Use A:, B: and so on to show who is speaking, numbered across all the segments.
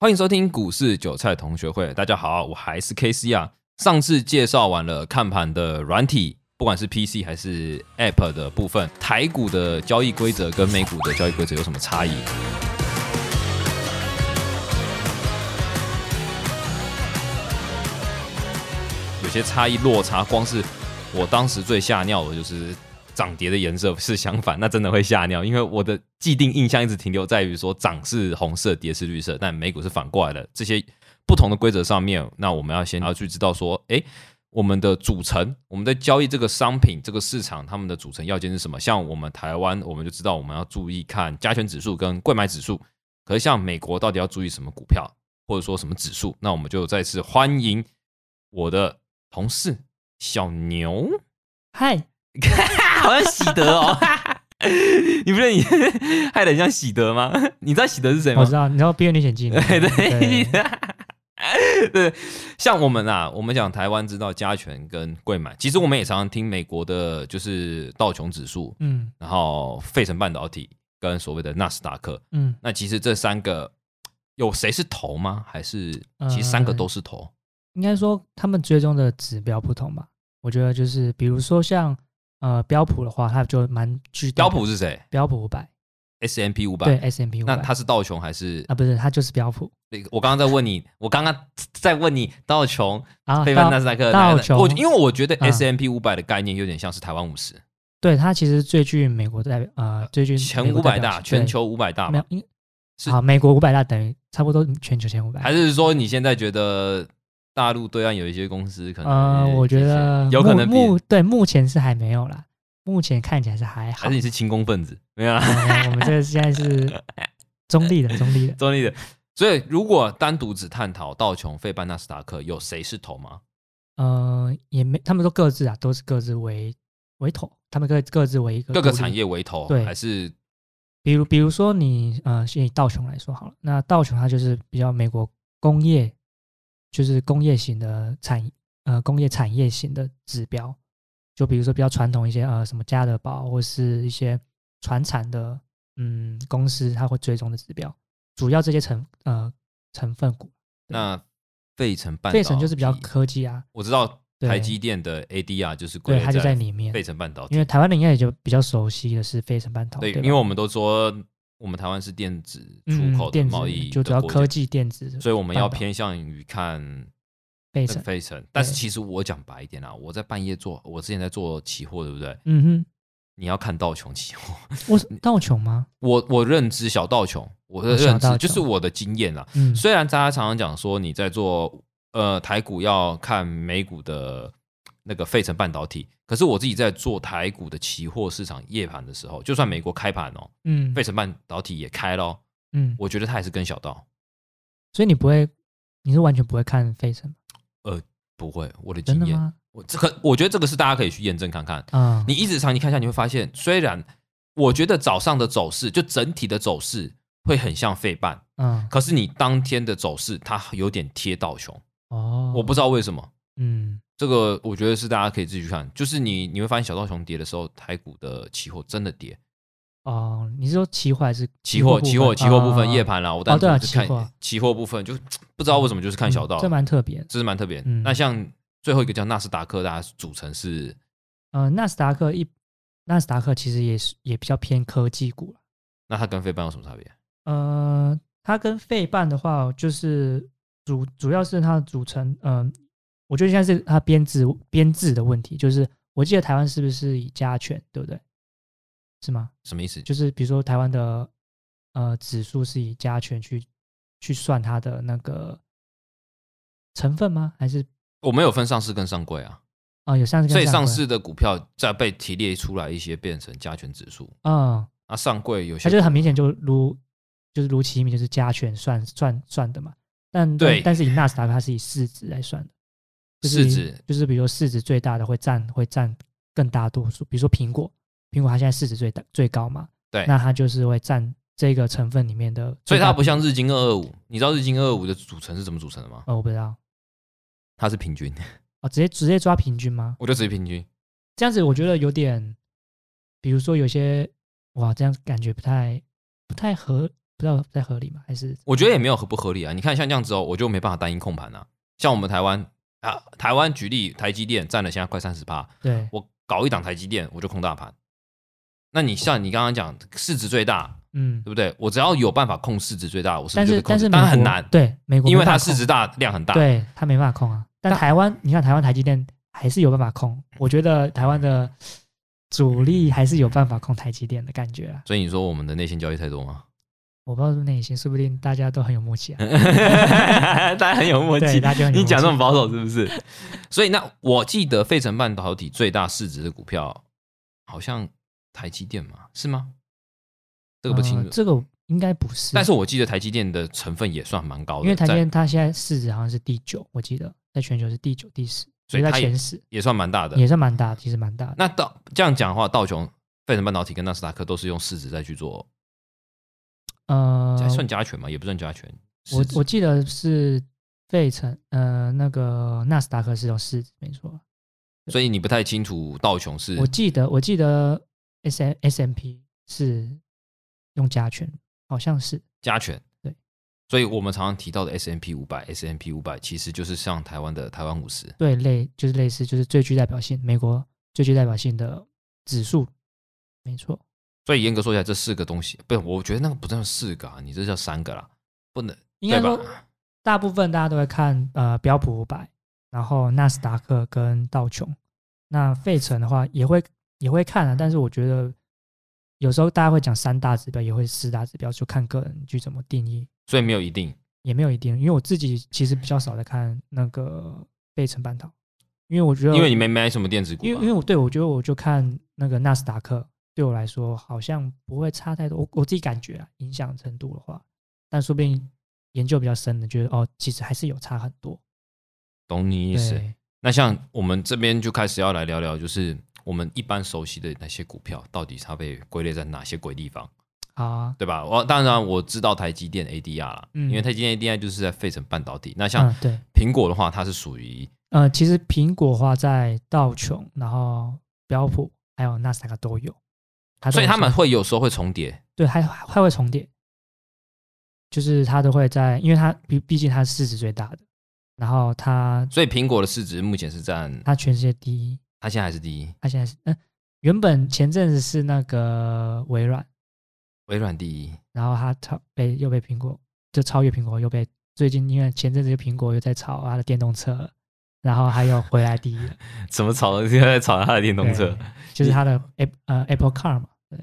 A: 欢迎收听股市韭菜同学会。大家好，我还是 KC 啊。上次介绍完了看盘的软体，不管是 PC 还是 App 的部分，台股的交易规则跟美股的交易规则有什么差异？有些差异落差，光是我当时最吓尿的就是涨跌的颜色是相反，那真的会吓尿，因为我的既定印象一直停留在于说涨是红色，跌是绿色，但美股是反过来的。这些不同的规则上面，那我们要先要去知道说，诶，我们的组成，我们在交易这个商品、这个市场，他们的组成要件是什么？像我们台湾，我们就知道我们要注意看加权指数跟贵买指数。可是像美国到底要注意什么股票，或者说什么指数？那我们就再次欢迎我的同事小牛。
B: 嗨，
A: 好像喜德哦。 你不觉得你 害得很像喜德吗？ 你知道喜德是谁吗
B: 我知？道，你知道《毕业历险记》吗？
A: 对对
B: 对，
A: 对，像我们啊，我们讲台湾知道加权跟贵买，其实我们也常常听美国的，就是道琼指数，
B: 嗯
A: 然后费城半导体跟所谓的纳斯达克。
B: 嗯，
A: 那其实这三个有谁是头吗？还是其实三个
B: 呃
A: 都是头？
B: 应该说他们追踪的指标不同吧。我觉得就是，比如说像呃标普的话，它就蛮具
A: 标普是谁
B: 标普五百，
A: ？S M P 五
B: 对
A: 百。
B: S M P 五
A: 那
B: 百，
A: 它是道琼还是？
B: 啊不是，它就是标普
A: 那个我刚刚在问你，我刚刚在问你道琼
B: 啊。
A: 非凡
B: 到
A: 纳斯达克
B: 道
A: 哪个
B: 琼
A: 我因为我觉得
B: 嗯
A: S M P 五百的概念有点像是台湾五十
B: 对它其实最具美国代表呃最具
A: 前
B: 美国
A: 五百
B: 代表
A: 大，
B: 性
A: 全
B: 对
A: 球五百大
B: 没
A: 嘛
B: 有，因
A: 是
B: 好美国五百大等于差不多全球前五百，
A: 还是说你现在觉得大陆对岸有一些公司可能？
B: 呃我觉得
A: 有可能比
B: 目目对目前是还没有啦，目前看起来是还好
A: 还是。你是清宫分子，没有啊啦，
B: 呃我们这个现在是中立的，中立的。
A: 中立的。所以如果单独只探讨道琼、费半、纳斯达克，有谁是头吗？
B: 呃，也没，他们都各自啊，都是各自为为头，他们各各自为一个
A: 各个
B: 独立
A: 产。业为头，
B: 对
A: 还是
B: 比如，比如说你呃，先以道琼来说好了，那道琼它就是比较美国工业，就是工业型的产呃工业产业型的指标，就比如说比较传统一些呃什么家乐宝或是一些传产的嗯公司，它会追踪的指标，主要这些成呃成分股，
A: 那费城半导
B: 费
A: 体？
B: 城就是比较科技啊，
A: 我知道
B: 对
A: 台积电的 ADR 就是归
B: 对，它
A: 类
B: 就
A: 在
B: 在里面。
A: 费城半导体
B: 因。为台湾的应该也就比较熟悉的是费城半导
A: 对，
B: 体，
A: 因为我们都说我们台湾是电子
B: 嗯
A: 出口的
B: 电子
A: 贸易
B: 就
A: 的
B: 主要
A: 国
B: 科
A: 家，
B: 技电子，
A: 所以我们要
B: 半导
A: 偏向于看
B: 费
A: 那个
B: 城，
A: 费城。但是其实我讲白一点啊，我在半夜做，我之前在做期货，对不对？
B: 嗯
A: 你要看道琼期货，
B: 哼，我道琼吗？
A: 我我认知小道琼，我的
B: 哦小
A: 认知
B: 道
A: 就是
B: 琼
A: 我的经验啦。
B: 嗯，
A: 虽然大家常常讲说你在做呃台股要看美股的那个费城半导体，可是我自己在做台股的期货市场夜盘的时候，就算美国开盘哦，
B: 嗯
A: 费城半导体也开咯，
B: 嗯，
A: 我觉得它还是跟小道
B: 所以你不会，你是完全不会看费城吗，
A: 不会，我的
B: 真
A: 经
B: 的
A: 验，
B: 吗？
A: 我这个我觉得这个是大家可以去验证看看。
B: 啊，
A: 你一直长期看下，你会发现，虽然我觉得早上的走势就整体的走势会很像费半，
B: 嗯
A: 可是你当天的走势它有点贴道琼，
B: 哦，
A: 我不知道为什么。
B: 嗯
A: 这个我觉得是大家可以自己去看，就是你你会发现小道琼跌的时候，台股的期货真的跌，
B: 哦，你是说期货还是
A: 期货期货
B: 部分
A: 期货部分
B: 啊
A: 夜盘啦，我当
B: 对啊
A: 时是
B: 期货
A: 看期货部分，就不知道为什么就是看小道
B: 嗯，这蛮特别的。
A: 这是蛮特别。
B: 嗯
A: 那像最后一个叫纳斯达克，大家组成是
B: 呃，纳斯达克一，纳斯达克其实也是也比较偏科技股了。
A: 那它跟非半有什么差别？
B: 呃，它跟费半的话，就是主主要是它的组成，嗯、我觉得应该是它编制编制的问题，就是我记得台湾是不是以加权，对不对？是吗？
A: 什么意思？
B: 就是比如说台湾的呃指数是以加权去去算它的那个成分吗？还是
A: 我们有分上市跟上柜啊，
B: 啊、有上市跟
A: 所以
B: 下
A: 上
B: 柜
A: 市的股票再被提炼出来一些，变成加权指数。
B: 嗯，
A: 那上柜有些
B: 它就是很明显就如就是如其名就是加权算算算的嘛。但
A: 对
B: 但是以纳斯达克它是以市值来算的，就是
A: 市值
B: 就是比如说市值最大的会占会占更大多数，比如说苹果，苹果它现在市值最大最高嘛，
A: 对
B: 那它就是会占这个成分里面的
A: 所
B: 最
A: 以
B: 大
A: 它
B: 比
A: 不像日经二二五，你知道日经二二五的组成是怎么组成的吗？
B: 哦，我不知道
A: 它是平均，
B: 哦，直接直接抓平均吗？
A: 我就直接平均。
B: 这样子我觉得有点，比如说有些哇，这样感觉不太不太合不知道在合理吗？还是
A: 我觉得也没有合不合理啊。你看像这样子哦，我就没办法单一控盘啊。像我们台湾啊，台湾举例，台积电占了现在快三十趴，
B: 对，
A: 我搞一档台积电，我就控大盘。那你像你刚刚讲市值最大，
B: 嗯
A: 对，不对？我只要有办法控市值最大，我是不
B: 但
A: 是就是可以控
B: 但
A: 制？
B: 是
A: 当然
B: 美
A: 很
B: 国
A: 难，
B: 对美国
A: 因为
B: 没办
A: 它
B: 法
A: 市值大，量很大。
B: 对它没办法控啊。但
A: 但
B: 台湾，你看台湾台积电还是有办法控，我觉得台湾的主
A: 嗯
B: 力还是有办法控台积电的感觉啊。
A: 所以你说我们的内线交易太多吗？
B: 我不知道是不是内心，说不定大家都很有默契
A: 嗯
B: 啊。
A: 大家很有默
B: 对，
A: 契。
B: 大家就很有
A: 你讲
B: 默
A: 这么
B: 契
A: 保守是不是？所以那我记得费城半导体最大市值的股票好像台积电嘛，是吗？这个不清
B: 呃
A: 楚。
B: 这个应该不是，
A: 但是我记得台积电的成分也算蛮高的，
B: 因为台积
A: 在
B: 电它现在市值好像是第九，我记得在全球是第九、第十，
A: 所以
B: 在
A: 它也
B: 前十
A: 也算蛮大的。
B: 也算蛮大，其实蛮大的。
A: 那道这样讲的话，道琼、费城半导体跟纳斯达克都是用市值再去做，
B: 呃，
A: 还算加权嘛，也不算加权。
B: 我
A: 市值
B: 我记得是费城，呃，那个纳斯达克是用市值，没错。
A: 所以你不太清楚道琼是
B: 我记得我记得 S M S M P 是用加权，好像是
A: 加权，
B: 对。
A: 所以我们常常提到的 S M P 五百、S M P 五百，其实就是像台湾的台湾五十，
B: 对类就是类似就是最具代表性，美国最具代表性的指数，没错。
A: 所以严格说起来，这四个东西，不是，我觉得那个不叫四个啊，你这叫三个啦，不能
B: 应该
A: 对
B: 说
A: 吧？
B: 大部分大家都会看呃标普五百，然后纳斯达克跟道琼。那费城的话也会也会看啊，但是我觉得有时候大家会讲三大指标，也会四大指标，就看个人去怎么定义，
A: 所以没有一定。
B: 也没有一定。因为我自己其实比较少在看那个费城半岛，因为我觉得
A: 因为你没买什么电子股
B: 因为因为
A: 嘛，
B: 我对我觉得我就看那个纳斯达克，对我来说好像不会差太多。我我自己感觉啊，影响程度的话，但说不定研究比较深的，觉得哦，其实还是有差很多。
A: 懂你意思。
B: 对，
A: 那像我们这边就开始要来聊聊，就是我们一般熟悉的那些股票，到底它被归类在哪些鬼地方，
B: 好啊，
A: 对吧？我当然我知道台积电 ADR 啦，
B: 嗯
A: 因为台积电 ADR 就是在费城半导体。那像
B: 嗯、对，
A: 苹果的话，它是属于
B: 呃，其实苹果的话在道琼，然后标普还有纳斯达克都有，它都
A: 所以
B: 有
A: 他们
B: 重
A: 会有时候会重叠，
B: 对还还会重叠，就是它都会在，因为它毕毕竟它是市值最大的，然后它
A: 所以苹果的市值目前是占，
B: 它全世界第一，
A: 它现在还是第一，
B: 它现在是嗯、原本前阵子是那个微软，
A: 微软第一，
B: 然后它超被又被苹果就超越苹果，又被最近因为前阵子苹果又在炒它的电动车了，然后它又回来 第一了，
A: 怎么炒？现在炒它的电动车
B: 对。就是它的 Apple 呃 Apple Car 嘛，对，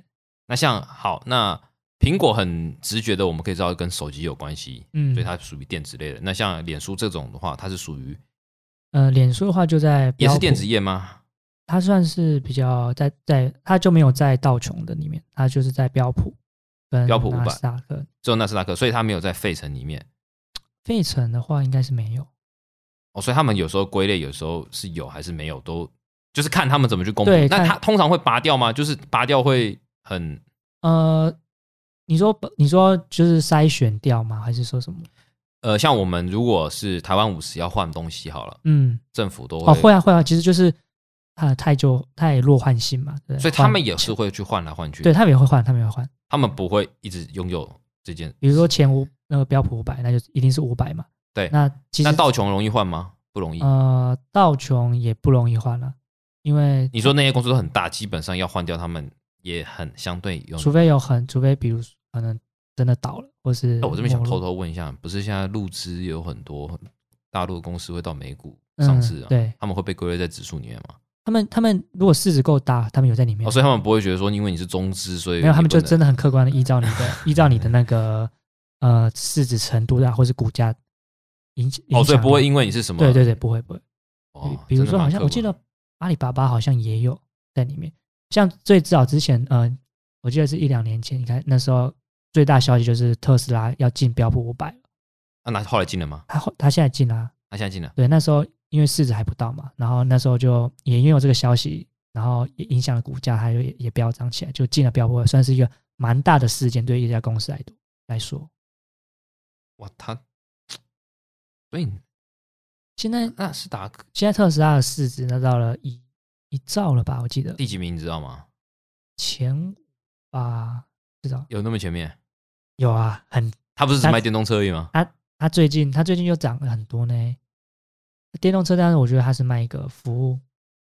A: 那像好，那苹果很直觉的，我们可以知道跟手机有关系，
B: 嗯，
A: 所以它属于电子类的。那像脸书这种的话，它是属于
B: 呃脸书的话就在
A: 也
B: 标
A: 是
B: 普
A: 电子，业吗？
B: 它算是比较在在它就没有在道琼的里面，它就是在标普跟
A: 标普
B: 纳
A: 500
B: 斯达克，
A: 只有纳斯达克，所以它没有在费城里面
B: 费城的话应该是没有，
A: 哦。所以他们有时候归类，有时候是有还是没有，都就是看他们怎么去公布。
B: 对
A: 那
B: 看
A: 它通常会拔掉吗？就是拔掉会很
B: 呃，你说你说就是筛选掉吗？还是说什么？
A: 呃，像我们如果是台湾五十要换东西好了，
B: 嗯，
A: 政府都会，
B: 哦，会啊，会啊，其实就是啊，太就太弱换新嘛，对不对，
A: 所以他
B: 换
A: 们也是会去换来换去，
B: 对，他们也会换，他们也会换。
A: 他们不会一直拥有这件。
B: 比如说前五那个标普五百，那就一定是五百嘛。
A: 对
B: 那其实
A: 那道琼容易换吗？不容易。
B: 呃道琼也不容易换了，因为
A: 你说那些公司都很大，基本上要换掉他们也很相对有。
B: 除非有很，除非比如说可能真的倒了，或是
A: 哎那我这边想
B: 没落
A: 偷偷问一下，不是现在入资有很多大陆公司会到美股
B: 嗯
A: 上市啊？
B: 对
A: 他们会被归类在指数里面吗？
B: 他们，他们如果市值够大，他们有在里面
A: 哦，。所以他们不会觉得说，因为你是中资，所以
B: 没有，他们就
A: 你不能
B: 真的很客观的依照你 的依照你的那个呃市值程度啊，或是股价影响
A: 哦，所以不会因
B: 影响
A: 为你是什么
B: 对对对，不会不会。比
A: 哦，
B: 比如
A: 真的
B: 说，
A: 蛮
B: 好像
A: 客
B: 我记
A: 观
B: 得阿里巴巴好像也有在里面。像最早之前，呃，我记得是一两年前，你看那时候最大消息就是特斯拉要进标普五百，
A: 啊，那后来进了吗？
B: 它后它现在进啦、
A: 他现在进了，
B: 对，那时候因为市值还不到嘛，然后那时候就也因为有这个消息，然后也影响了股价，它就也也飙涨起来，就进了标普500，算是一个蛮大的事件对一家公司来来说。
A: 哇，他，所以
B: 现在
A: 纳斯达克
B: 现在特斯拉的市值呢到了一一兆了吧？我记得
A: 第几名你知道吗？
B: 啊前五吧，不知道
A: 有那么前面？
B: 有啊，很
A: 它不是只卖电动车而已吗？
B: 它最近它最近又涨了很多呢。电动车，但是我觉得它是卖一个服务，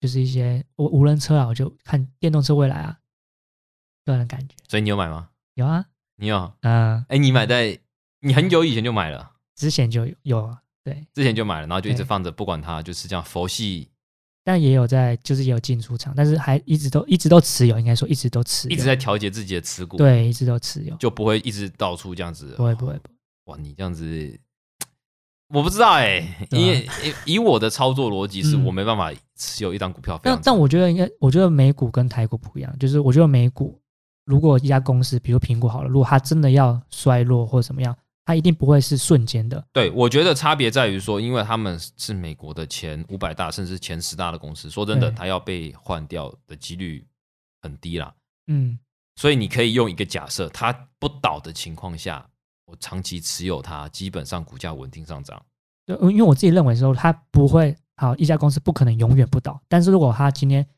B: 就是一些无无人车啊，我就看电动车未来啊，个人感觉
A: 所以你有买吗？
B: 有啊，
A: 你有？
B: 嗯，
A: 哎，你买在你很久以前就买了，
B: 之前就有有啊，对，
A: 之前就买了，然后就一直
B: 对
A: 放着不管它，就是这样佛系，
B: 但也有在就是也有进出场，但是还一直都一直都持有，应该说一直都持有，
A: 一直在调节自己的持股，，
B: 对，一直都持有，
A: 就不会一直到处这样子。
B: 不会不会，不会
A: 哇，你这样子，我不知道哎、
B: 对啊
A: 因为以以我的操作逻辑是
B: 嗯
A: 我没办法持有一张股票非
B: 但
A: 常长，
B: 但我觉得应该，我觉得美股跟台股不一样，就是我觉得美股如果一家公司，比如苹果好了，如果它真的要衰落或者怎么样，它一定不会是瞬间的，
A: 对我觉得差别在于说，因为他们是美国的前五百大甚至前十大的公司，说真的，
B: 对
A: 它要被换掉的几率很低啦，
B: 嗯，
A: 所以你可以用一个假设，它不倒的情况下，我长期持有它，基本上股价稳定上涨。
B: 对，呃因为我自己认为说，它不会好，一家公司不可能永远不倒。但是如果它今天，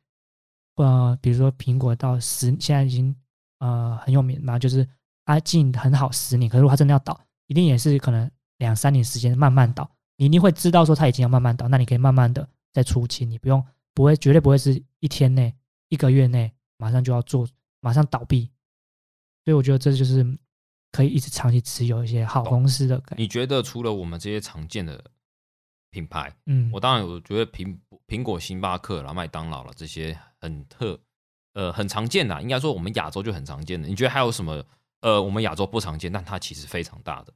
B: 呃，比如说苹果到十，现在已经呃很有名嘛，就是它进很好十年，可是如果它真的要倒，一定也是可能两三年时间慢慢倒，你一定会知道说它已经要慢慢倒，那你可以慢慢的再出清，你不用不会绝对不会是一天内、一个月内马上就要做，马上倒闭。所以我觉得这就是可以一直长期持有一些好公司的感觉，
A: 你觉得除了我们这些常见的品牌，
B: 嗯，
A: 我当然我觉得苹苹果、星巴克啦、麦当劳啦这些很特呃很常见的，应该说我们亚洲就很常见的。你觉得还有什么呃我们亚洲不常见，但它其实非常大的？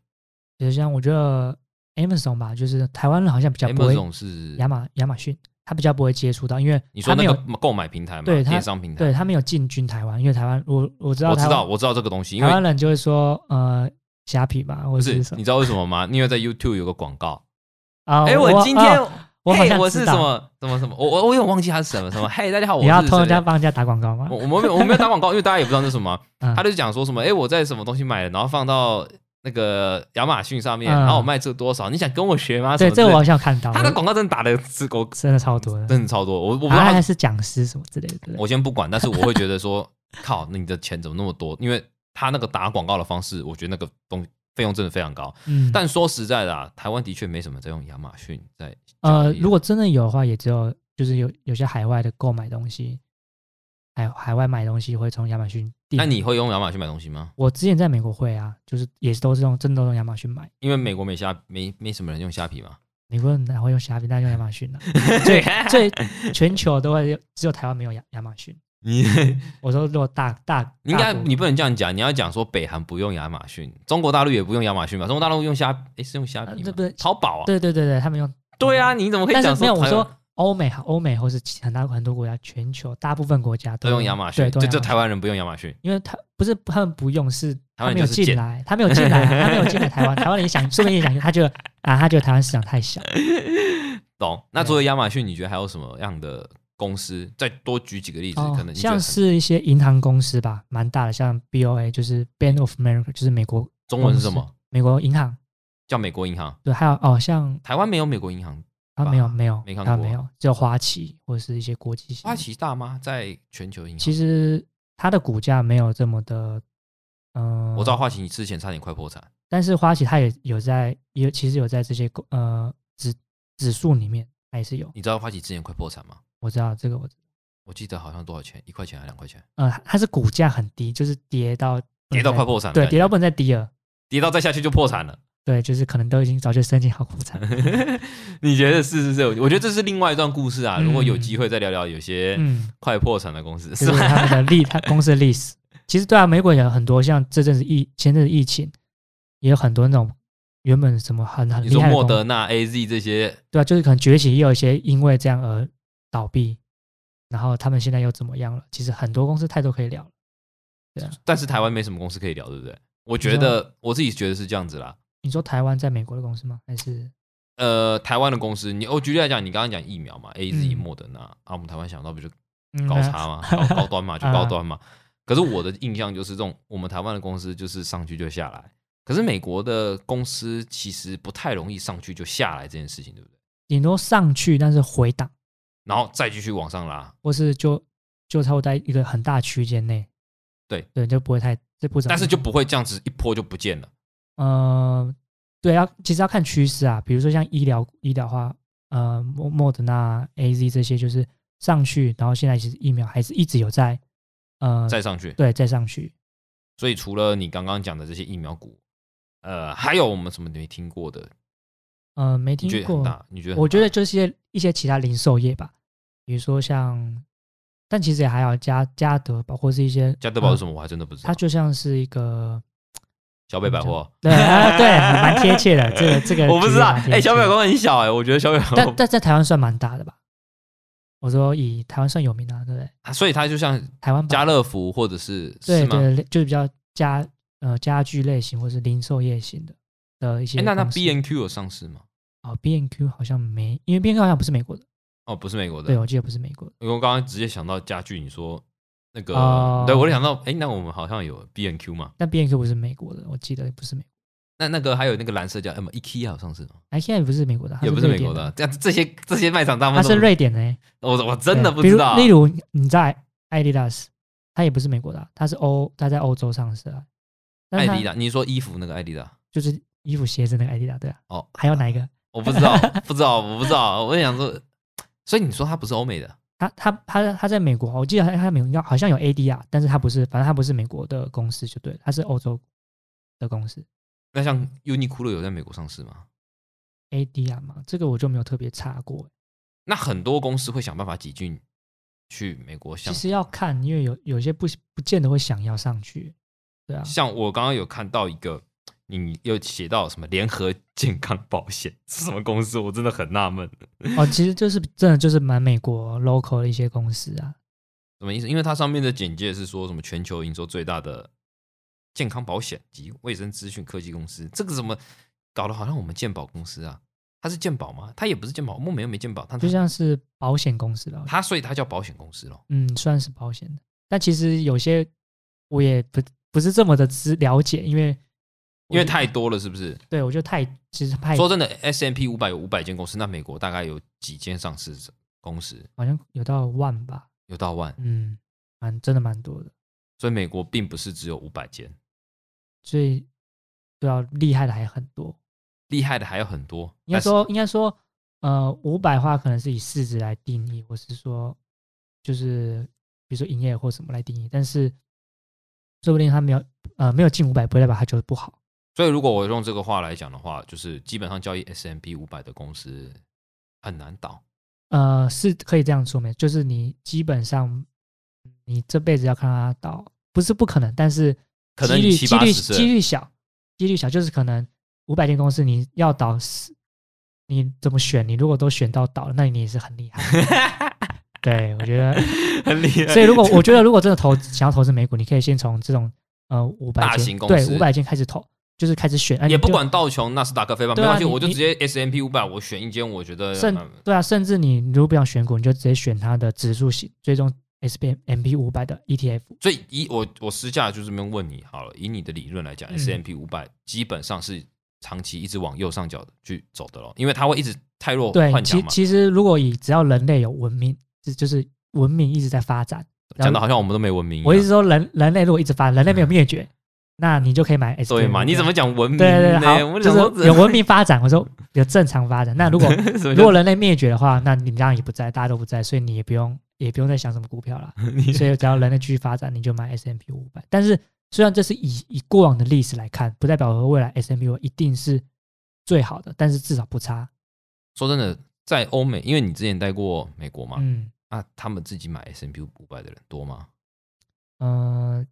B: 比如像我觉得 Amazon 吧，就是台湾人好像比较不
A: Amazon
B: 会
A: 是
B: 亚马亚马逊，他比较不会接触到，因为
A: 你说
B: 他没
A: 那
B: 有
A: 个购买平台嘛，
B: 对它
A: 电商平台，
B: 对他没有进军台湾，因为台湾我我知道
A: 我知
B: 台
A: 道
B: 湾
A: 我知道这个东西，因
B: 台
A: 为
B: 湾人就会说呃虾皮吧，或
A: 不
B: 者
A: 是
B: 什
A: 你
B: 么
A: 知道为什么吗？因为在 YouTube 有个广告，
B: 啊？
A: 哎、
B: 我
A: 今天。
B: 啊我好
A: 嘿
B: 像
A: 我
B: 知
A: 是什
B: 道
A: 么什么什么，我我我有点忘记它是什么什么。嘿，大家好，我
B: 你要
A: 是
B: 偷人
A: 谁啊
B: 家帮人家打广告吗？
A: 我我没有我没 有打广告，因为大家也不知道那是什么啊、
B: 嗯
A: 他就讲说什么，哎、我在什么东西买了，然后放到那个亚马逊上面，
B: 嗯
A: 然后我卖这多少，你想跟我学吗？
B: 对，
A: 什
B: 这
A: 么之类
B: 个我
A: 的
B: 好像有看到，
A: 他的广告真的打的是狗，
B: 真的超多的，
A: 真的超多，我我不知道
B: 他
A: 他
B: 还是讲师什么之类的。
A: 我先不管，但是我会觉得说，靠，你的钱怎么那么多？因为他那个打广告的方式，我觉得那个东费用真的非常高。
B: 嗯，
A: 但说实在的、啊，台湾的确没什么在用亚马逊在
B: 呃，
A: 交易啊
B: 如果真的有的话，也只有就是有有些海外的购买东西，海海外买东西会从亚马逊订。
A: 那你会用亚马逊买东西吗？
B: 我之前在美国会啊，就是也是都是用真的都用亚马逊买。
A: 因为美国没虾没没什么人用虾皮嘛。
B: 美国人哪会用虾皮，但用亚 马逊啊。最最全球都会用，只有台湾没有亚亚马逊。
A: 你
B: 我说如果大大，
A: 你 应该
B: 大国
A: 你不能这样讲，你要讲说北韩不用亚马逊，中国大陆也不用亚马逊吧？中国大陆用虾，诶，是用虾
B: 啊
A: 皮
B: 这
A: 吗
B: 不是？
A: 淘宝啊？
B: 对对对对，他们用，
A: 对啊，你怎么可以
B: 但
A: 讲
B: 是没有我
A: 台湾
B: 说欧美哈，欧美或是其很大很多国家，全球大部分国家
A: 都用亚马逊？
B: 对，都
A: 就
B: 用
A: 就
B: 亚马逊
A: 台湾人不用亚马逊？
B: 因为他不是他们不用，是
A: 台
B: 他
A: 湾
B: 没
A: 人就
B: 有
A: 是
B: 进
A: 贱
B: 来，他没有进来啊，他没有进来台湾，台湾人也想，说不定也想，他就啊，他觉得台湾市场太小。
A: 懂？那
B: 对
A: 除了亚马逊，你觉得还有什么样的公司？再多举几个例子，
B: 哦
A: 可能你觉得
B: 像
A: 很
B: 是一些银行公司吧，蛮大的，像 BOA 就是 Bank of America，就是美国
A: 中文是什么？
B: 美国银行，
A: 叫美国银行？
B: 对，还有哦，像
A: 台湾没有美国银行，
B: 啊
A: 吧
B: 没有没有，
A: 没看
B: 啊
A: 过
B: 没有，只有花旗或者是一些国际型的。
A: 花旗大妈在全球银行。
B: 其实它的股价没有这么的，嗯、
A: 我知道花旗之前差点快破产，
B: 但是花旗它也有在，也其实有在这些公呃指指数里面，它也是有。
A: 你知道花旗之前快破产吗？
B: 我知道这个我知道，
A: 我记得好像多少钱，一块钱还两块钱，
B: 呃，它是股价很低，就是跌到不能
A: 跌到
B: 再
A: 快破产了，
B: 嗯对，跌到不能再低了，
A: 跌到再下去就破产了。
B: 对，就是可能都已经早就申请好股 产了。
A: 你觉得是是是？我觉得这是另外一段故事啊。
B: 嗯
A: 如果有机会再聊聊有些
B: 嗯，
A: 快破产的公司，
B: 就是是
A: 吧？
B: 他们的历，他公司的历史。其实对啊，美国也有很多，像这阵子疫前阵子疫情，也有很多那种原本什么很很
A: 你
B: 厉
A: 说
B: 害的
A: 莫
B: 公司
A: 德纳、A Z 这些，
B: 对啊，就是可能崛起，也有一些因为这样而倒闭，然后他们现在又怎么样了？其实很多公司太多可以聊了。啊
A: 但是台湾没什么公司可以聊，对不对？我觉得我自己觉得是这样子啦。
B: 你说台湾在美国的公司吗？还是
A: 呃，台湾的公司，你我举例来讲，你刚刚讲疫苗嘛，A Z、
B: 嗯
A: 莫德纳啊，我们台湾想到不就
B: 嗯
A: 高差嘛，高高端嘛，就
B: 啊
A: 高端嘛。可是我的印象就是，这种我们台湾的公司就是上去就下来，可是美国的公司其实不太容易上去就下来这件事情，对不对？
B: 顶多上去，但是回档，
A: 然后再继续往上拉，
B: 或是就就差不多在一个很大区间内，
A: 对
B: 对，就不会太这不怎么
A: 但是就
B: 样
A: 不会这样子一波就不见了。
B: 呃，对，要其实要看趋势啊，比如说像医疗医疗化，呃，莫莫德纳、A Z 这些就是上去，然后现在其实疫苗还是一直有在，呃，
A: 再上去，
B: 对再上去，
A: 所以除了你刚刚讲的这些疫苗股，呃，还有我们什么没听过的？
B: 呃，没
A: 你觉
B: 听
A: 得很
B: 过，
A: 大？你觉得很大？
B: 我觉得就是一些一些其他零售业吧，比如说像，但其实也还好，嘉嘉德吧，或是一些
A: 加德堡是
B: 呃
A: 什么？我啊还真的不知道
B: 它。就像是一个
A: 小北百货，
B: 对、啊、对，蛮贴切的，这个这个
A: 我不知道。
B: 哎、
A: 哎，小北百货很小哎，我觉得小北百
B: 但
A: 货，
B: 但在台湾算蛮大的吧？我说以台湾算有名的、啊，对不对？
A: 啊所以它就像
B: 台湾版
A: 家乐福或者是
B: 对
A: 是吗？
B: 对，就是比较家呃家居类型或是零售业型的的一些
A: 哎，
B: 公司。
A: 那那 B N Q 有上市吗？
B: 哦 B N Q 好像没，因为 B N Q 好像不是美国的，
A: 哦，不是美国的
B: 对，我记得不是美国的。
A: 因为我刚刚直接想到家具，你说那个，
B: 哦
A: 对我就想到，哎，那我们好像有 B N Q 嘛？
B: 但 B N Q 不是美国的，我记得不是美国
A: 那那个还有那个蓝色叫什么 IKEA 有上市吗？
B: 哎，现在不是美国的，它
A: 也不是
B: 瑞
A: 美国
B: 典
A: 的，，这样这些这些卖场大部
B: 它
A: 分
B: 是
A: 都
B: 瑞典的、欸，
A: 我我真的
B: 对
A: 不
B: 比
A: 知
B: 如
A: 道。
B: 例如你在 Adidas，它也不是美国的啊，它是欧，它在欧洲上市啊。但是
A: 艾
B: 它
A: 迪达，你说衣服那个艾迪达，
B: 就是衣服、鞋子那个 Adidas，对啊。
A: 哦
B: 还有哪一个？
A: 我不知道，
B: 嗯
A: 不知道，我不知道。我就想说，所以你说它不是欧美的，
B: 他他他他在美国，我记得他他美国应该好像有 ADR，但是他不是，反正他不是美国的公司就对了，他是欧洲的公司
A: 那像 Uniqlo 有在美国上市吗？
B: ADR 嘛，这个我就没有特别查过。
A: 那很多公司会想办法挤进去美国
B: 其
A: 像，
B: 实要看，因为有有些不不见得会想要上去，对啊，
A: 像我刚刚有看到一个，你有写到什么联合健康保险是什么公司？我真的很纳闷，
B: 哦，其实就是真的就是蛮美国 local 的一些公司啊，
A: 什么意思？因为它上面的简介是说什么全球营收最大的健康保险及卫生资讯科技公司，这个怎么搞得好像我们健保公司啊？它是健保吗？它也不是健保，我们又没健保，它
B: 就像是保险公司吧，我觉得
A: 它所以它叫保险公司咯。
B: 嗯，算是保险的。但其实有些我也不不是这么的知了解，因为
A: 因为太多了，是不是？
B: 对我觉得太其实太
A: 说真的，S M P 五百有五百间公司，那美国大概有几间上市公司？
B: 好像有到万吧，
A: 有到万，
B: 嗯，蛮真的蛮多的，
A: 所以美国并不是只有五百间，
B: 所以对啊，厉害的还很多。
A: 厉害的还有很多。
B: 应该
A: 但是
B: 说，应该说，呃，五百话可能是以市值来定义，或是说，就是比如说营业额或什么来定义，但是说不定他没有呃没有进五百，不代表他就是不好。
A: 所以如果我用这个话来讲的话，就是基本上交易 S M P 五百的公司很难倒。
B: 呃，是可以这样说没？就是你基本上你这辈子要看到它倒，不是不可能，但是
A: 可能
B: 几
A: 你
B: 率
A: 七
B: 几
A: 八
B: 率
A: 十
B: 几
A: 岁，
B: 率小，几率小就是可能五百间公司你要倒十，你怎么选？你如果都选到倒，那你也是很厉害。 对，我觉得，
A: 很厉害。
B: 所以如果我觉得如果真的投想要投资美股，你可以先从这种呃五百
A: 大型
B: 间
A: 公
B: 对
A: 司
B: 五百间开始投，就是开始选，啊、
A: 也
B: 你
A: 不
B: 就
A: 管道琼、纳斯达克、非凡，没
B: 对啊
A: 关系，
B: 你
A: 我就
B: 你
A: 直接 S M P 五百，我选一间，我觉得
B: 甚
A: 嗯
B: 对啊，甚至你如果不想选股，你就直接选它的指数型，最终 S P M P 五百的 E ETF。
A: 所以以我我私下就这边问你好了，以你的理论来讲
B: 嗯
A: ，S M P 五百基本上是长期一直往右上角的去走的咯，因为它会一直太弱
B: 对，
A: 换
B: 其
A: 强哦嘛。
B: 其实如果以只要人类有文明，这就是文明一直在发展。
A: 讲的好像我们都没文明一
B: 我一
A: 样，
B: 直说人人类如果一直发，人类没有灭绝，那你就可以买 S
A: 对嘛？你怎么讲文明
B: 对对对，
A: 呢？
B: 好，
A: 我
B: 就
A: 想说
B: 是有文明发展，我说有正常发展。那如果
A: 什么叫
B: 如果人类灭绝的话，那你当然也不在，大家都不在，所以你也不用也不用再想什么股票啦。所以只要人类继续发展，你就买 S M P 五百。但是虽然这是以以过往的历史来看，不代表未来 S M P 一定是最好的，但是至少不差。
A: 说真的，在欧美，因为你之前待过美国嘛，
B: 嗯
A: 那他们自己买 S M P 五百的人多吗？
B: 呃，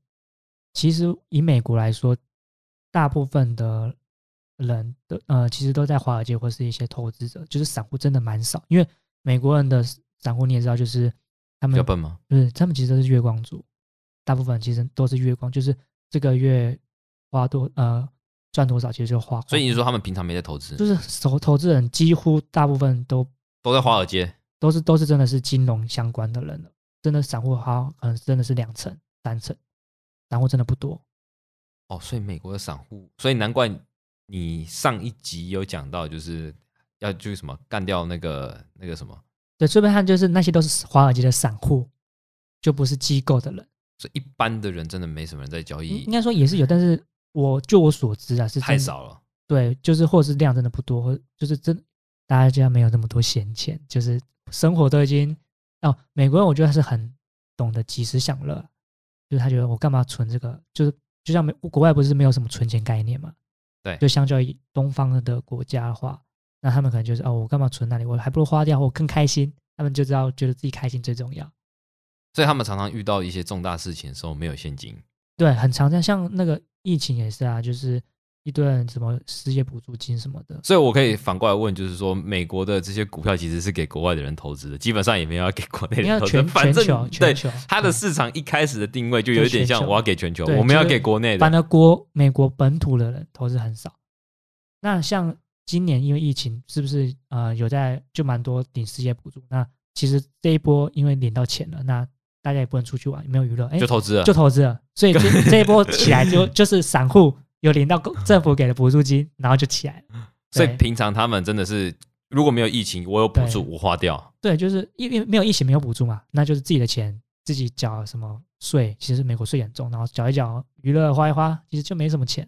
B: 其实以美国来说，大部分的人的呃，其实都在华尔街或是一些投资者，就是散户真的蛮少，因为美国人的散户你也知道，就是他
A: 比
B: 们
A: 较笨吗？
B: 就是他们其实都是月光族，大部分其实都是月光，就是这个月花多呃赚多少，其实就花光。
A: 所以你说他们平常没在投资，
B: 就是投投资人几乎大部分都
A: 都在华尔街。
B: 都是都是真的是金融相关的人了，真的散户好可能真的是两成三成，散户真的不多。
A: 哦，所以美国的散户，所以难怪你上一集有讲到，就是要去什么干掉那个那个什么，
B: 对，最悲看就是那些都是华尔街的散户，就不是机构的人，
A: 所以一般的人真的没什么人在交
B: 应
A: 易
B: 应，该说也是有，但是我就我所知啊，是真
A: 太
B: 的，
A: 少了。
B: 对，就是或是量真的不多，或就是真大家家没有那么多闲钱，就是生活都已经哦，美国人我觉得他是很懂得及时享乐，就是他觉得我干嘛存这个，就是就像美国外不是没有什么存钱概念嘛，
A: 对
B: 就相较于东方的国家的话，那他们可能就是哦，我干嘛存那里，我还不如花掉，我更开心，他们就知道觉得自己开心最重要。
A: 所以他们常常遇到一些重大事情的时候没有现金，
B: 对，很常见，像那个疫情也是啊，就是一堆人什么失业补助金什么的，
A: 所以我可以反过来问，就是说美国的这些股票其实是给国外的人投资的，基本上也没有要给国内
B: 你
A: 人
B: 看
A: 投资，
B: 全
A: 反
B: 全球
A: 正对
B: 全球
A: 它的
B: 嗯
A: 市场一开始的定位就有
B: 就
A: 点像
B: 全球
A: 我要给全球，
B: 对
A: 我们要
B: 就是
A: 给国内的
B: 反，而国美国本土的人投资很少。那像今年因为疫情，是不是呃有在就蛮多领失业补助？那其实这一波因为领到钱了，那大家也不能出去玩，也没有娱乐，哎，
A: 就投资了
B: 就。投资了，所以这这一波起来就就是散户有领到公政府给的补助金，然后就起来了。
A: 所以
B: 对
A: 平常他们真的是如果没有疫情，我有补助，
B: 对
A: 我花掉。
B: 对，就是因为没有疫情没有补助嘛，那就是自己的钱自己缴什么税，其实美国税很重，然后缴一缴娱乐花一花，其实就没什么钱，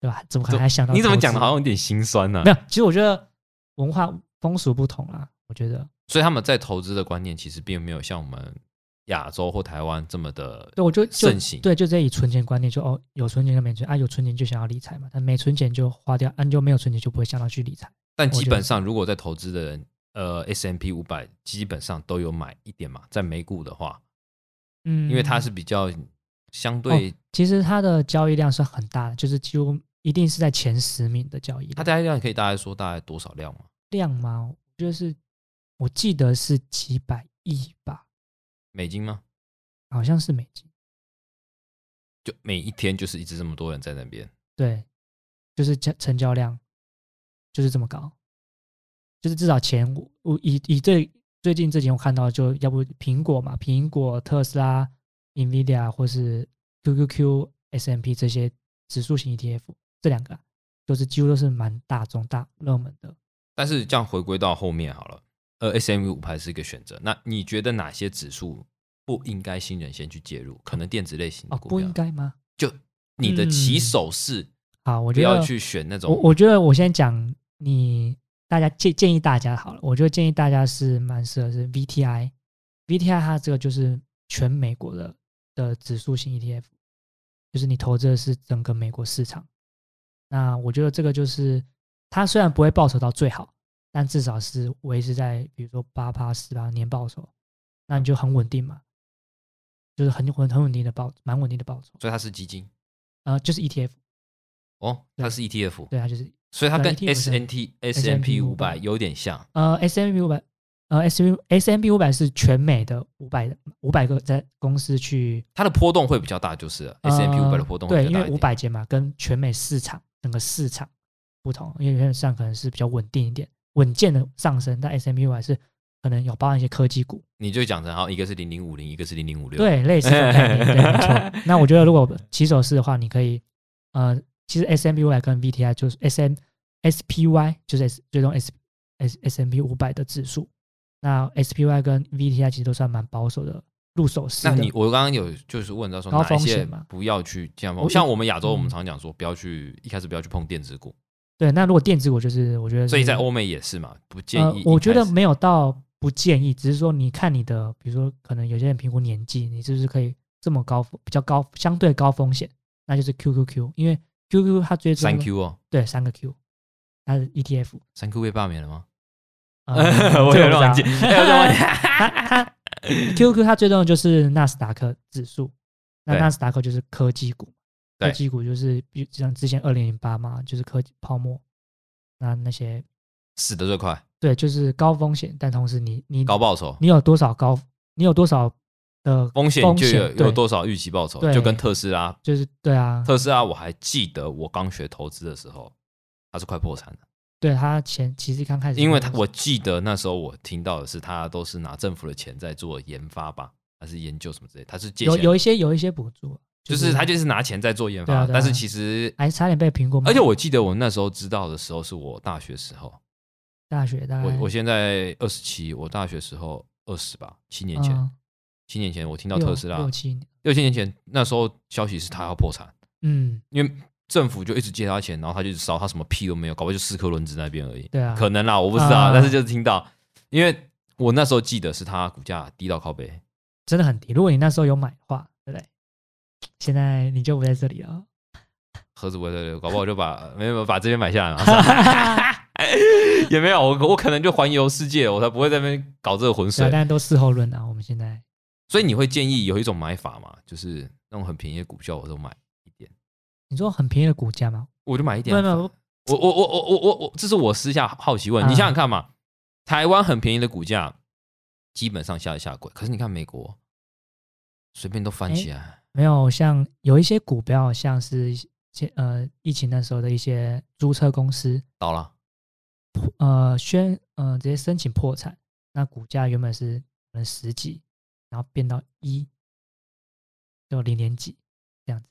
B: 对吧？怎么可能还想到
A: 你怎么
B: 投
A: 讲的
B: 资
A: 好像有点心酸呢、
B: 没有，其实我觉得文化风俗不同啦，我觉得，
A: 所以他们在投资的观念其实并没有像我们亚洲或台湾这么的
B: 对，我就就
A: 盛行。
B: 对，就这以存钱观念，就哦，有存钱跟没存啊，有存钱就想要理财嘛，但没存钱就花掉，啊，你就没有存钱就不会想到去理财。
A: 但
B: 我
A: 基
B: 觉
A: 本
B: 得
A: 上，如果在投资的人，呃，S M P 五百基本上都有买一点嘛，在美股的话，
B: 嗯，哦
A: 因为它是比较相对，
B: 其实它的交易量是很大的，就是几乎一定是在前十名的交易
A: 它
B: 量。
A: 大概量可以大概说大概多少量嘛？
B: 量吗？我觉得是，我记得是几百亿吧，
A: 美金吗？
B: 好像是美金。
A: 就每一天就是一直这么多人在那边，
B: 对，就是成成交量就是这么高，就是至少前五我以以最最近这几天我看到，就要不苹果嘛，苹果、特斯拉、NVIDIA 或是 QQQ、S M P 这些指数型 ETF 这两个啊，就是几乎都是蛮大众大热门的。
A: 但是这样回归到后面好了，呃，S M P 五百是一个选择。那你觉得哪些指数不应该新人先去介入？可能电子类型的
B: 哦，
A: 股
B: 不
A: 票，
B: 应该吗？
A: 就你的起手式，
B: 嗯好，我
A: 不
B: 觉
A: 要
B: 得
A: 去选那种
B: 我我觉得我先讲你大家建建议大家好了，我觉得建议大家是蛮适合是 VTI，VTI 它这个就是全美国的的指数型 ETF，就是你投资的是整个美国市场。那我觉得这个就是它虽然不会报酬到最好，但至少是维持在比如说八趴十趴年报酬，那你就很稳定嘛，就是很稳很稳定的报，蛮稳定的报酬。
A: 所以它是基金
B: 呃，就是 ETF，
A: 哦，
B: 对
A: 它是 ETF，
B: 对，它啊 E 就是
A: 所以它跟
B: 对 ETF
A: S N T S M P 五百有点像。
B: 呃，S M P 五百，呃，S M S M P 五百是全美的五百五百个在公司去
A: 它的波动会比较大，就是了 S M P 五百的波动
B: 呃
A: 会
B: 对，
A: 比较
B: 因
A: 大
B: 为
A: 一
B: 五
A: 点。
B: 百间嘛，跟全美市场整个市场不同，因为原上可能是比较稳定一点，稳健的上升，但 S M P 五百是可能有包含一些科技股，
A: 你就讲成好，一个是零零五零，一个是零零五六。，
B: 对，类似的概念，对，没 错。那我觉得如果起手式的话，你可以呃，其实 S M P 五百跟 V T I 就是 S M S P Y 就是 S 最终 S S S M P 五百的指数。那 S P Y 跟 V T I 其实都算蛮保守的入手式
A: 那
B: 的。
A: 你我刚刚有就是问到说
B: 高
A: 哪一
B: 风
A: 些
B: 险嘛
A: 不要去这样
B: 我
A: 像我们亚洲，我们
B: 嗯
A: 常讲说不要去一开始不要去碰电子股，
B: 对，那如果电子股就是我觉得是，
A: 所以在欧美也是嘛，不建
B: 嗯呃
A: 议一开始。，
B: 我觉得没有到不建议，只是说你看你的，比如说可能有些人评估年纪，你是不是可以这么高比较高相对高风险，那就是 QQQ，因为 QQQ 它追踪
A: 三 Q 哦，
B: 对，三个 Q，它是 ETF。
A: 三 Q 被罢免了 吗？
B: 呃
A: 我有点忘记，
B: 这个不知道
A: 哎我有点忘记
B: 它它 QQ 它最重要的就是纳斯达克指数，那
A: 对
B: 纳斯达克就是科技股，
A: 对
B: 科技股就是比像之前二零零八嘛，就是科技泡沫，那那些
A: 死的最快，
B: 对，就是高风险，但同时你你
A: 高报酬，
B: 你有多少高，你有多少的，
A: 风险就有
B: 风险对
A: 有多少预期报酬，
B: 对
A: 就跟特斯拉，
B: 就是对啊，
A: 特斯拉我还记得我刚学投资的时候，它是快破产的，
B: 对它前其实刚开始
A: 因为它我记得那时候我听到的是它都是拿政府的钱在做研发吧，还是研究什么之类，它是借
B: 有
A: 钱，
B: 有一些有一些补助，啊
A: 就是它就是拿钱在做研
B: 对啊
A: 发，
B: 对啊
A: 但是其实。
B: 还差点被苹果买，
A: 而且我记得我那时候知道的时候，是我大学时候，
B: 大学大概
A: 我我现在二十七，我大学时候二十吧，七年前，
B: 嗯
A: 七年前我听到
B: 六
A: 特斯拉
B: 六，七年，
A: 六七年前那时候消息是它要破产，
B: 嗯，
A: 因为政府就一直借他钱，然后他就一直烧，他什么屁都没有，搞不好就四颗轮子那边而已。
B: 对啊，
A: 可能啦，我不知道，
B: 啊
A: 但是就是听到，因为我那时候记得是它股价低到靠背，
B: 真的很低。如果你那时候有买的话，对不对？现在你就不在这 里了。
A: 盒子不会对，搞不好我就把没有没有把这边买下来嘛，
B: 啊
A: 也没有，我我可能就环游世界，我才不会在那边搞这个浑
B: 对啊，
A: 水。
B: 但都事后论啊。我们现在
A: 所以你会建议有一种买法嘛，就是那种很便宜的股票我都买一点，
B: 你说很便宜的股价吗？
A: 我就买一
B: 没
A: 点
B: 有
A: 啊。
B: 没有，
A: 我我我我我我我，这是我私下好奇问，
B: 啊
A: 你想想看嘛，台湾很便宜的股价基本上下得下轨，可是你看美国随便都翻起来，
B: 没有像有一些股票，像是一些呃疫情那时候的一些租车公司，
A: 倒了。
B: 呃宣呃直接申请破产，那股价原本是可能十几，然后变到一，就零点几这样子。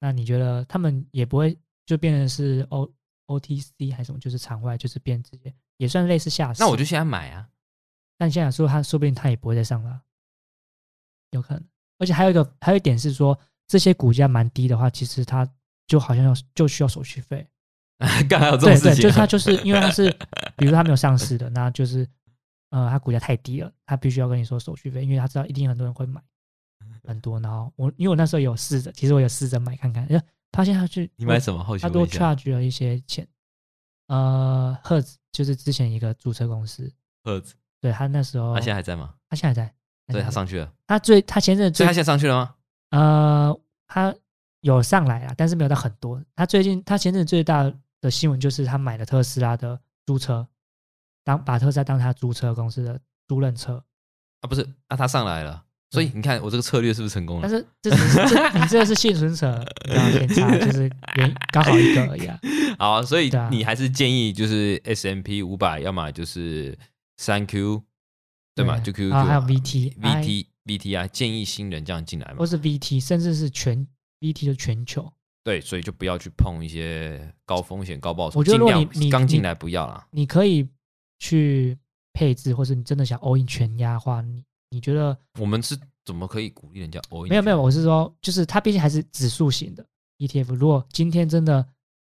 B: 那你觉得他们也不会就变成是 O O T C 还是什么，就是场外就是变直接也算类似下市。
A: 那我就现在买 啊，
B: 但现在说他说不定他也不会再上了，有可能。而且还有一个还有一点是说，这些股价蛮低的话，其实它就好像要就需要手续费。
A: 干还有这种
B: 对
A: 事
B: 对，
A: 情？啊
B: 就 是它就是因为它是，比如说它没有上市的，那就是呃，它股价太低了，它必须要跟你说手续费，因为它知道一定很多 人会买很多。然后我因为我那时候有试着，其实我有试着买看看，因为发现它是
A: 你买什么？好奇
B: 他多
A: 问一下。
B: charge 了一些钱。呃，赫兹就是之前一个注册公司，
A: 赫兹，
B: 对他那时候
A: 他现在还在吗？
B: 他现在在，
A: 对，他
B: 在
A: 上去了，
B: 他最他前阵子
A: 所以
B: 最
A: 他现在上去了吗？
B: 呃，他有上来啊，但是没有到很多。他最近他前阵子最大的新闻就是他买了特斯拉的租车，当把特斯拉当他租车公司的租赁车。
A: 啊，不是，啊，他上来了，所以
B: 对
A: 你看我这个策略是不是成功
B: 嗯但
A: 了？
B: 是这只是这你这是幸存者，你知道偏差就是原刚好一个而已啊。
A: 好啊，所以
B: 对啊
A: 你还是建议就是 S M P 五百，要么就是三 Q，对吗？就 Q
B: 啊，还有
A: Q
B: VT
A: V T V T 啊，建议新人这样进来嘛
B: 哎或？是 VT，甚至是全 VT 就全球。
A: 对，所以就不要去碰一些高风险高报酬，
B: 我觉得
A: 尽
B: 如果
A: 量
B: 你你
A: 刚进
B: 你
A: 来不要啦。
B: 你可以去配置，或是你真的想 all in 全压的话，你你觉得
A: 我们是怎么可以鼓励人家？
B: 没有没有，，我是说，就是它毕竟还是指数型的 ETF。如果今天真的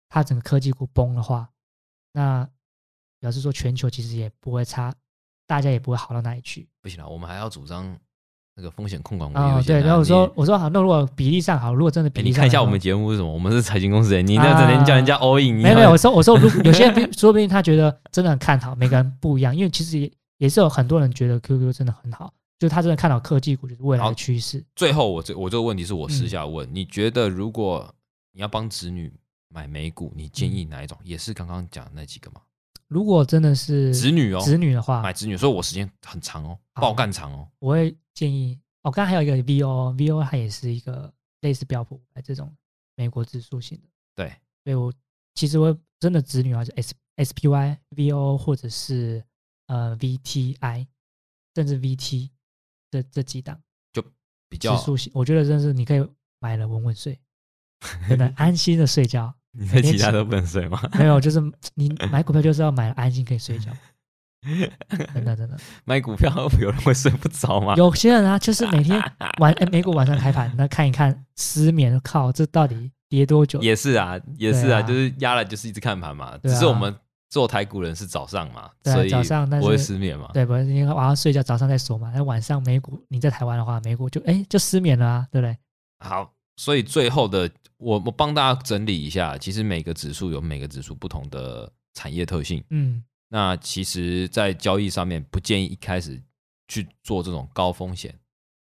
B: 它整个科技股崩的话，那表示说全球其实也不会差，大家也不会好到哪里去。
A: 不行啦，我们还要主张那个风险控管。
B: 哦，对，然后我说我说好，那如果比例上好，如果真的
A: 啊哎
B: 比例
A: 你
B: 上来
A: 看
B: 的
A: 一下
B: 话，
A: 我们节目是什么？我们是财经公司人，你那整天叫人家 all in，你
B: 啊没有没
A: 要
B: 有，我说我说如， 有些人并说不定他觉得真的很看好，每个人不一样，因为其实也也是有很多人觉得 QQ 真的很好，就是他真的看好科技股就是未来
A: 好
B: 的趋势。
A: 最后我这我这个问题是我私
B: 嗯
A: 下问，你觉得如果你要帮子女买美股，你建
B: 嗯
A: 议哪一种？也是刚刚讲的那几个嘛，
B: 如果真的是
A: 子女哦，
B: 子女的话
A: 买，子女，所以我时间很长哦，
B: 好
A: 爆干长哦。
B: 我会建议哦，刚刚还有一个 VO，VO 它也是一个类似标普500这种美国指数型的，
A: 对，
B: 所以我其实我真的子女啊，就 S SPY、VO 或者是呃 VTI，甚至 VT 这这几档。
A: 比
B: 指
A: 较
B: 数型，我觉得真是你可以买了稳稳睡，真的安心的睡觉。
A: 你
B: 每天起
A: 都不能睡吗？
B: 没有，就是你买股票就是要买了安心可以睡觉，真的真的。
A: 买股票 有人会睡不着吗？
B: 有些人啊，就是每 天晚、哎美股晚上开盘，那看一看失眠，靠，这到底跌多久？
A: 也是啊，也是啊，
B: 对啊
A: 就是压了就是一直看盘嘛。
B: 对啊
A: 只是我们做台股人是早上嘛，
B: 对啊
A: 所以
B: 早上但是
A: 不会失眠嘛。
B: 对，不是你晚上睡觉，早上再说嘛。那晚上美股，你在台湾的话，美股就哎、就失眠了啊，对不对？
A: 好，所以最后的我我帮大家整理一下，其实每个指数有每个指数不同的产业特性。
B: 嗯，
A: 那其实，在交易上面不建议一开始去做这种高风险、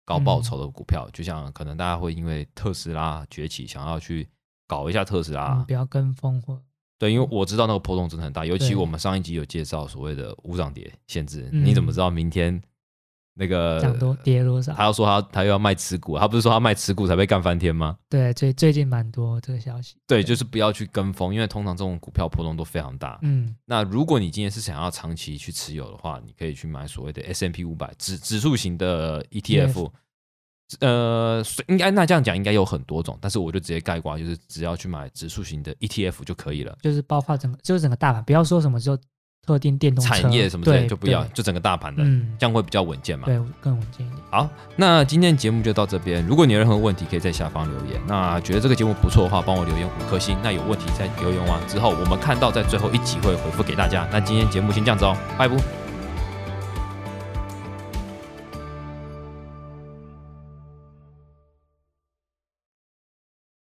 A: 高
B: 嗯
A: 报酬的股票，就像可能大家会因为特斯拉崛起，想要去搞一下特斯拉。
B: 嗯不要跟风或
A: 对，因为我知道那个波动真的很大，尤其
B: 嗯对
A: 我们上一集有介绍所谓的无涨跌限制，
B: 嗯
A: 你怎么知道明天那个
B: 涨多跌多少。
A: 他要说他他又要卖持股，他不是说他卖持股才被干翻天吗？
B: 对，最最近蛮多这个消息。
A: 对，就是不要去跟风，因为通常这种股票波动都非常大。
B: 嗯，
A: 那如果你今天是想要长期去持有的话，你可以去买所谓的 S M P 五百指指数型的 E T F。呃，所应该那这样讲应该有很多种，但是我就直接概括，就是只要去买指数型的 E T F 就可以了。
B: 就是包括整个，就是整个大盘，不要说什么只有特定电动车
A: 产业什么之类
B: 对
A: 就不要，
B: 对
A: 就整个大盘的，
B: 嗯，
A: 这样会比较稳健嘛。
B: 对，更稳健一点。
A: 好，那今天节目就到这边。如果你有任何问题，可以在下方留言。那觉得这个节目不错的话，帮我留言五颗星。那有问题在留言完之后，我们看到在最后一集会回复给大家。那今天节目先这样子哦，拜拜。